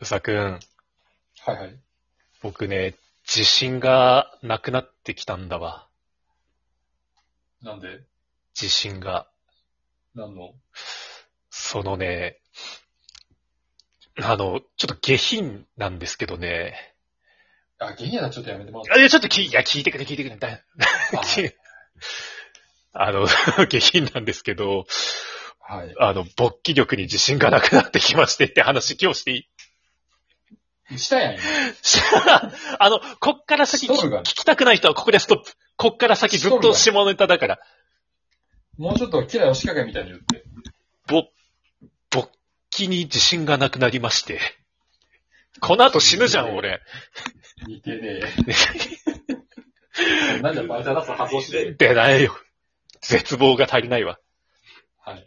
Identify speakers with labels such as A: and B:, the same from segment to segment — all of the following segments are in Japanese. A: うさくん、
B: はいはい。
A: 僕ね、自信がなくなってきたんだわ。
B: なんで、
A: 自信が。
B: 何の
A: そのね、あの、ちょっと下品なんですけどね。
B: あ、ゲニアだ、ちょっとやめて もら
A: あいや、ちょっと聞いいや聞いてくれ、聞いてくれ。だ
B: って。
A: あの、 下品なんですけど、
B: あはい。
A: あの、勃起力に自信がなくなってきましてって話今日していい
B: したやん、今。
A: あの、こっから先
B: スト
A: 聞
B: ールが
A: 聞きたくない人はここでストップ。こっから先ずっと下ネタだから。
B: もうちょっと、キラヨシカゲみたいに言って。
A: ぼ、勃起に自信がなくなりまして。この後死ぬじゃん、俺。
B: 似て ねえ。なんでバイタラス発動して。
A: 出ないよ。絶望が足りないわ。
B: はい。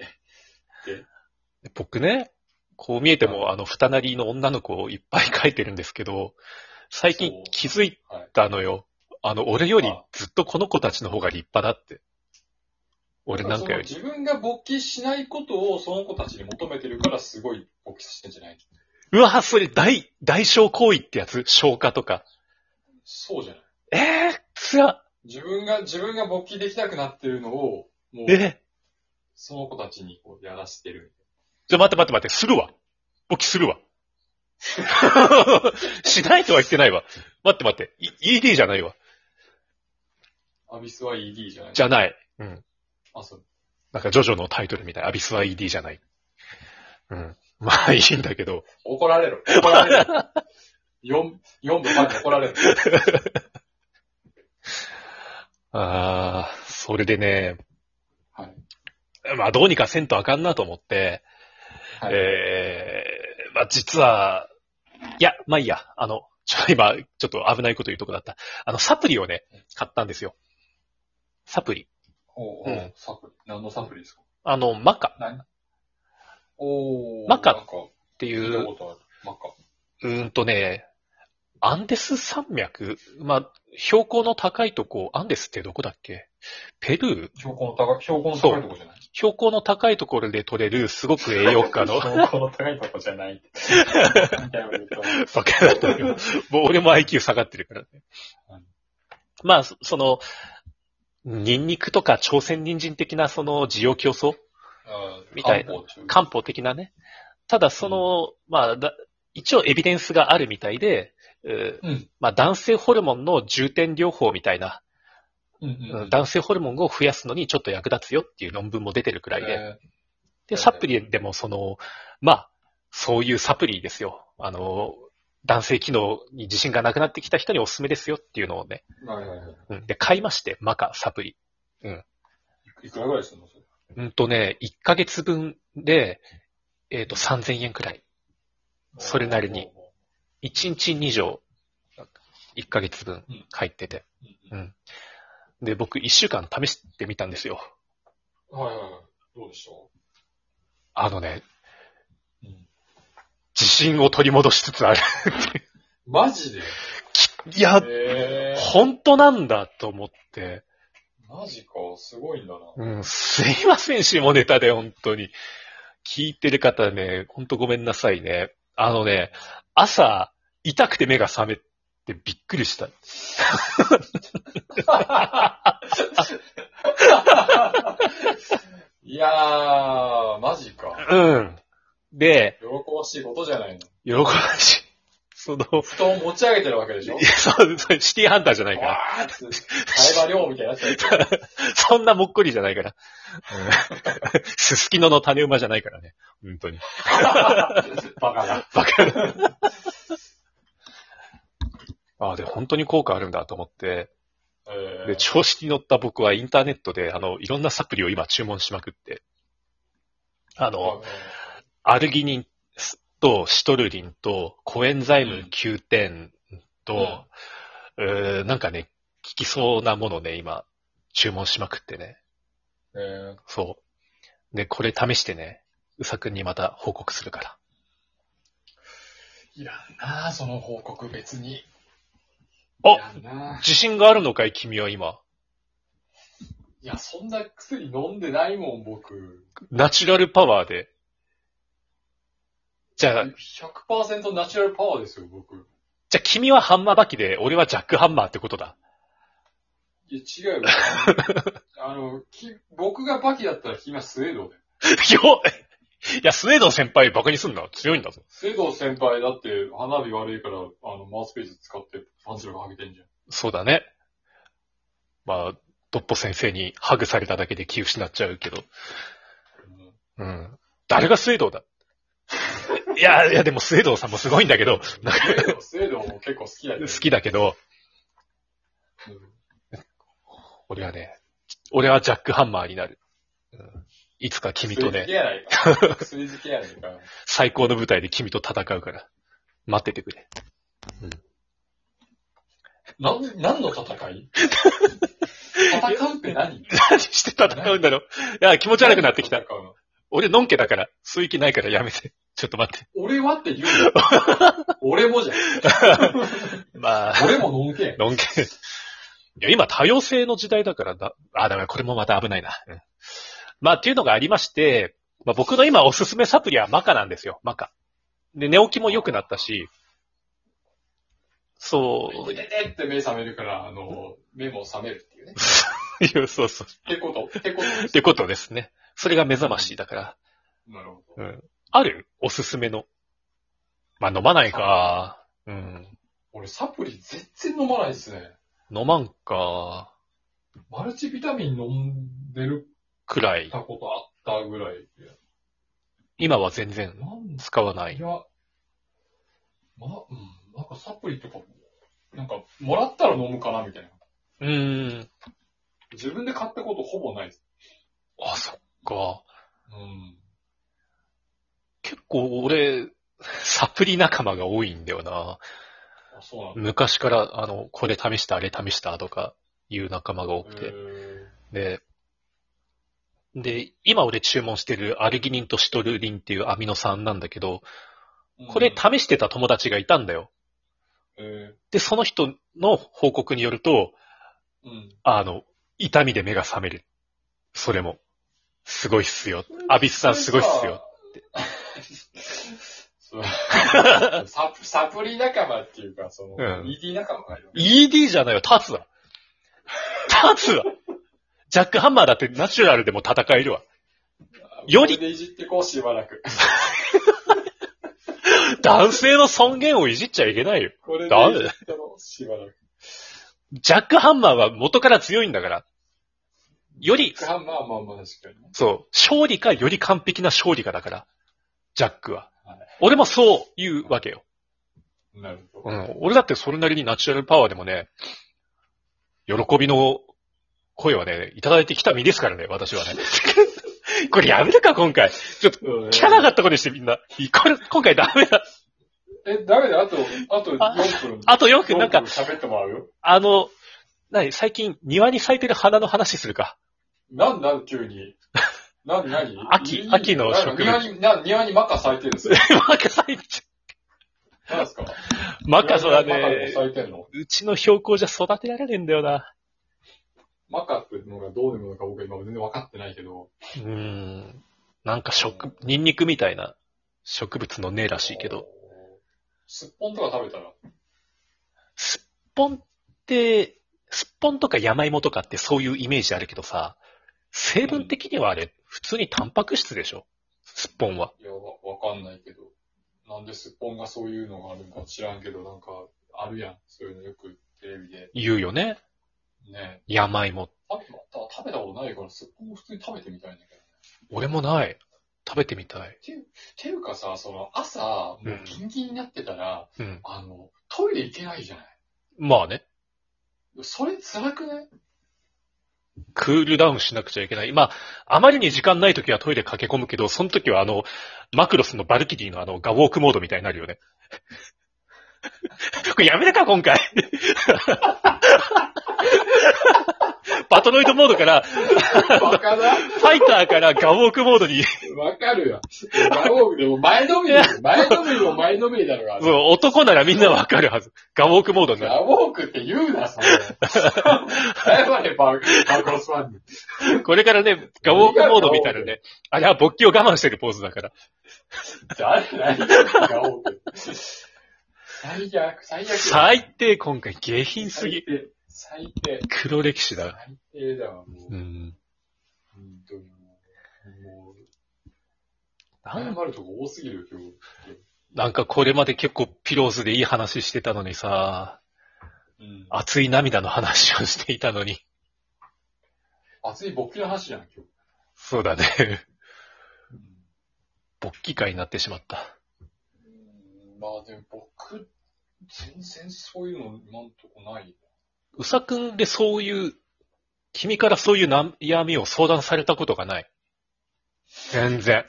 A: 僕ね、こう見えても、あの、二なりの女の子をいっぱい描いてるんですけど、最近
B: そう
A: 気づい
B: はい。
A: たのよ。あの、俺より
B: あ
A: ずっとこの子たちの方が立派だって。俺なんかより。
B: 自分が勃起しないことをその子たちに求めてるから、すごい勃起してんじゃないう
A: わ、それ大、大小行為ってやつ消化とか。
B: そうじゃない。
A: えぇ、ー、つら、
B: 自分が、自分が勃起できなくなってるのを、もう、
A: え
B: その子たちにこうやらせてる。
A: じゃ、待って待って待って、するわ。勃起するわ。 しないとは言ってないわ。待って待って、い ED じゃないわ。
B: アビスは ED じゃない。
A: じゃない。うん。
B: あ、そう。
A: なんかジョジョのタイトルみたい。アビスは ED じゃない。うん。まあいいんだけど。
B: 怒ら れろ。怒られろ。四、四部まで怒られる。
A: あー、それでね、
B: はい。
A: まあどうにかせんとあかんなと思って、
B: はい。
A: えー、まあ実は、いや、まあいいや、あの、ちょ、今、ちょっと危ないこと言うとこだった。あの、サプリをね、買ったんですよ。サプリ。
B: お
A: う
B: うんサプリ。何のサプリですか
A: あの、マカ
B: 何おー。
A: マカ
B: なんか、
A: ってい
B: 聞いたこ
A: う、
B: とある。マカ。
A: うーんとね、アンデス山脈まあ、標高の高いとこ、アンデスってどこだっけペルー
B: 標高の高い、標高の高いとこじゃない。
A: 標高の高いところで取れる、すごく栄養 価の、
B: 標高の高いとこじ ゃない。みたいなこと言ってます
A: バカだったけど、もう俺も IQ 下がってるからね
B: うん。
A: まあ、そその、ニンニクとか朝鮮人参的なその需要競争
B: あー
A: みたいな
B: 漢方中
A: 漢方的なね。ただその、まあだ、一応エビデンスがあるみたいで、うー
B: うん。
A: まあ男性ホルモンの重点療法みたいな、
B: うんうん。
A: 男性ホルモンを増やすのにちょっと役立つよっていう論文も出てるくらいで。
B: え
A: で、サプリでもその、まあ、そういうサプリですよ。あの、男性機能に自信がなくなってきた人におすすめですよっていうのをね。
B: ーはいはいはい。
A: うん、で、買いまして、マカ、サプリ。
B: いくらぐらいするのそれ。
A: うんとね、1ヶ月分で、えっ、と、3000円くらい。それなりに。1日2錠、1ヶ月分
B: うん
A: 入ってて。
B: うんうん
A: うん。で、僕1週間試してみたんですよ。
B: はいはいはい。どうでしたう
A: あのね、
B: ん。
A: 自信を取り戻しつつある。
B: マジで
A: いや、
B: えー。
A: 本当なんだと思って。
B: マジか、すごいんだな。
A: うん、すいません、下ネタで、本当に。聞いてる方ね、本当ごめんなさいね。あのね、朝、痛くて目が覚めてびっくりした。
B: いやー、マジか。
A: うん。で、
B: 喜ばしいことじゃないの。
A: 喜ばしい。その、
B: 布団持ち上げてるわけでしょ
A: いや、そう、そうシティハンターじゃないから。
B: わーって、サイバー量みたいなやつ やってる
A: そんなもっこりじゃないから。うん すすきのの種馬じゃないからね。本当に。
B: バカな。
A: ああ、で、本当に効果あるんだと思って。
B: えー
A: で、調子に乗った僕はインターネットで、あの、いろんなサプリを今注文しまくって。あの、アルギニンとシトルリンとコエンザイム9点と、うーなんかね、効きそうなものね、今、注文しまくってね。
B: えー
A: そう。で、これ試してね、うさくんにまた報告するから。
B: いらんなーその報告別に。
A: あ
B: いらんなー
A: 自信があるのかい君は今。
B: いや、そんな薬飲んでないもん、僕。
A: ナチュラルパワーで。じゃあ、
B: 100%ナチュラルパワーですよ、僕。
A: じゃあ君はハンマーバキで、俺はジャックハンマーってことだ。
B: いや、違 うよ。あの、き僕がバキだったら今スウェードで。
A: よいや、スウェードン先輩バカにすんな。強いんだぞ。
B: スウェード先輩だって花火悪いから、あの、マウスページ使ってパンチ力上げてんじゃん。
A: そうだね。まあ、ドッポ先生にハグされただけで気失っちゃうけど。
B: うん
A: うん。誰がスウェード ンだいや、いや、でもスウェードンさんもすごいんだけど、
B: スウェ ードスウェードも結構好きだよ
A: 好
B: ね。
A: きだけど、
B: うん
A: 俺はね、俺はジャックハンマーになる。うんいつか君と
B: 薬
A: ね
B: 好、きやないか。薬好きやないか。
A: 最高の舞台で君と戦うから、待っててくれ。
B: なん、何の戦い戦うって
A: 何
B: 何
A: して戦うんだろういや、気持ち悪くなってきた。
B: 戦うの
A: 俺、のんけだから、そういう気ないからやめて。ちょっと待って。
B: 俺はって言うの俺もじゃん。
A: まあ、
B: 俺ものん けやん。
A: のんけ。いや、今、多様性の時代だからだ。あ、だからこれもまた危ないな。うんまあ、っていうのがありまして、まあ、僕の今おすすめサプリはマカなんですよ。マカ。で、寝起きも良くなったし、そ
B: でででって目覚めるから、あの、目も覚めるっていうね。
A: う、いやそうそう。
B: ってことってこと
A: ってことですね。それが目覚ましいだから。
B: なるほど。
A: うん。あるおすすめの。まあ、飲まないか。うん。
B: 俺サプリ全然飲まないっすね。
A: 飲まんか。
B: マルチビタミン飲んでる
A: くらい。
B: たことあったぐらいで。
A: 今は全然
B: なんだ
A: 使わないい
B: や、。ま、うん、なんかサプリとか、なんか、もらったら飲むかなみたいな。
A: うーん。
B: 自分で買ったことほぼないです。
A: あ、そっか。
B: うん。
A: 結構俺、サプリ仲間が多いんだよな。
B: あそうなんだ。
A: 昔から、あの、これ試した、あれ試したとかいう仲間が多くて。
B: え
A: で、で、今俺注文してるアルギニンとシトルリンっていうアミノ酸なんだけど、
B: ー
A: これ
B: うん
A: 試してた友達がいたんだよ。
B: え
A: で、その人の報告によると、
B: ーうん。
A: あの、痛みで目が覚める。それも。すごいっすよ。アビスさんすごいっすよ。
B: そう。サプサプリ仲間っていうか、その、
A: うん
B: ED 仲間がいる。
A: ED じゃないよ、立つわ。立つわ。ジャックハンマーだってナチュラルでも戦えるわ。より
B: これでいじってこうしばらく。
A: 男性の尊厳をいじっちゃいけないよ。
B: これで
A: ダメ
B: いじってこうしばらく。
A: ジャックハンマーは元から強いんだから。より、
B: まあまあまあまあ確かにね。
A: そう、勝利かより完璧な勝利かだから。ジャックは
B: はい。
A: 俺もそう言うわけよ。
B: なるほ
A: う
B: ど。
A: ん。俺だってそれなりにナチュラルパワーでもね、喜びの声はね、いただいてきた身ですからね、私 はね。これやめるか、今回。ちょっと、
B: うん
A: 聞かなかったことにしてみんな。これ、今回ダメだ。
B: え、ダメだ、あと、あと
A: あ
B: 4分。
A: あとよく、なん
B: 4
A: か
B: 分、喋ってもらうよ。
A: あの、なに、最近庭に咲いてる花の話するか。
B: なんなん、急に。なになに
A: 秋秋の植物
B: 庭に、な庭にマカ咲いてるんですよ。
A: マカ咲いて、
B: 何ですか
A: マカそうだ
B: マカでも
A: ね。
B: 咲いてんの
A: うちの標高じゃ育てられねえんだよな。
B: マカってのがどういうものか僕は今全然分かってないけど。
A: うーん。なんか植、ニンニクみたいな植物のねえらしいけど。。
B: すっぽんとか食べたら。
A: すっぽんって、すっぽんとか山芋とかってそういうイメージあるけどさ、成分的にはあれ、普通にタンパク質でしょすっぽんは。
B: いや、わわかんないけど。なんですっぽんがそういうのがあるのか知らんけど、なんか、あるやん。そういうのよくテレビで。
A: 言うよね。
B: ね
A: 山芋。
B: 食べた食べたことないから、すっぽんを普通に食べてみたいんだけど。
A: 俺もない。食べてみたい。
B: ていうかさ、その朝、もうキンキンになってたら、
A: うん。
B: あの、トイレ行けないじゃない
A: まあね。
B: それ辛くない
A: クールダウンしなくちゃいけない。まあ、あまりに時間ない時はトイレ駆け込むけど、その時はあの、マクロスのバルキリーのあの、ガウォークモードみたいになるよね。 これやめるか、今回。パトロイドモードから、
B: バカだ
A: ファイターからガウォークモードに、
B: わかるよ。ガオーでも前のめりだよ、前のめりも前のめりだろうが。
A: そう、男ならみんなわかるはず。ガウォークモードにな
B: ガオークって言うな、それ。謝れ、バカ、バカスワンに。
A: る。これからね、ガウォークモードみたいなね。あれは勃起を我慢してるポーズだから。
B: 誰何ガオーク。最悪、最悪。
A: 最低、今回下品すぎ。
B: 低。最低。
A: 黒歴史
B: 最
A: だ。
B: 低だわ、もう。
A: うん。
B: 本当にもう。
A: なん
B: もう、謝るとこ多すぎるよ、今日。
A: なんかこれまで結構ピローズでいい話してたのにさ、
B: うん。
A: 熱い涙の話をしていたのに。
B: 熱い勃起の話じゃん、今日。
A: そうだね。 勃起会になってしまった。
B: うんまあでも僕、全然そういうの今んとこない。
A: うさくんでそういう、君からそういう悩みを相談されたことがない。全然。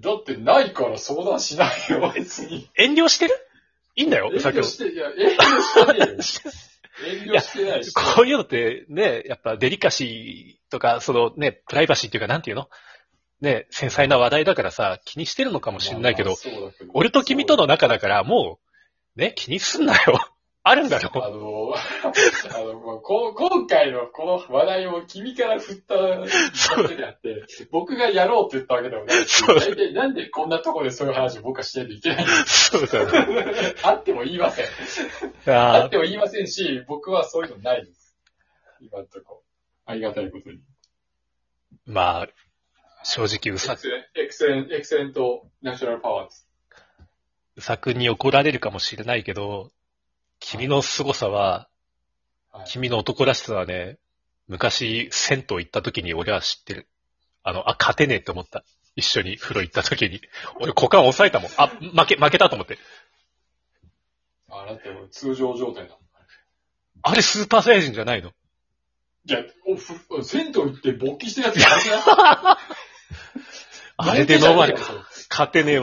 B: だってないから相談しないよ、別に。
A: 遠慮してるいいんだよ、
B: 遠
A: うさくん
B: 慮。して、いや、遠慮してねえよ遠慮してないし。
A: こういうのってね、やっぱデリカシーとか、そのね、プライバシーっていうかなんていうのね、繊細な話題だからさ、気にしてるのかもしんないけど、
B: まあまあそうだけど
A: 俺と君との仲だから、もう、ね、気にすんなよ。 あるんだよ。
B: あの、あの、まあこ今回のこの話題を君から振っただけであって、僕がやろうって言ったわけでもないし、
A: そう
B: 大体なんでこんなとこでそういう話を僕はしてるといけないの
A: そうだね。
B: あっても言いません。あ
A: あ
B: っても言いませんし、僕はそういうのないです。今んとこ。ありがたいことに。
A: ーまあ、正直う
B: エ
A: さ
B: ク、セン、エクセン、エクセンとナショナルパワーです。
A: うさくんに怒られるかもしれないけど、君の凄さは、
B: はい
A: 君の男らしさはね、昔、銭湯行った時に俺は知ってる。あの、あ、勝てねえって思った。一緒に風呂行った時に。俺股間押さえたもん。あ、負け、負けたと思って。
B: あ、だって俺通常状態だもん。
A: あれスーパーサイヤ人じゃないの
B: いや、おふ銭湯行って勃起してるやついなくない
A: あれで飲まれ、勝てねえわ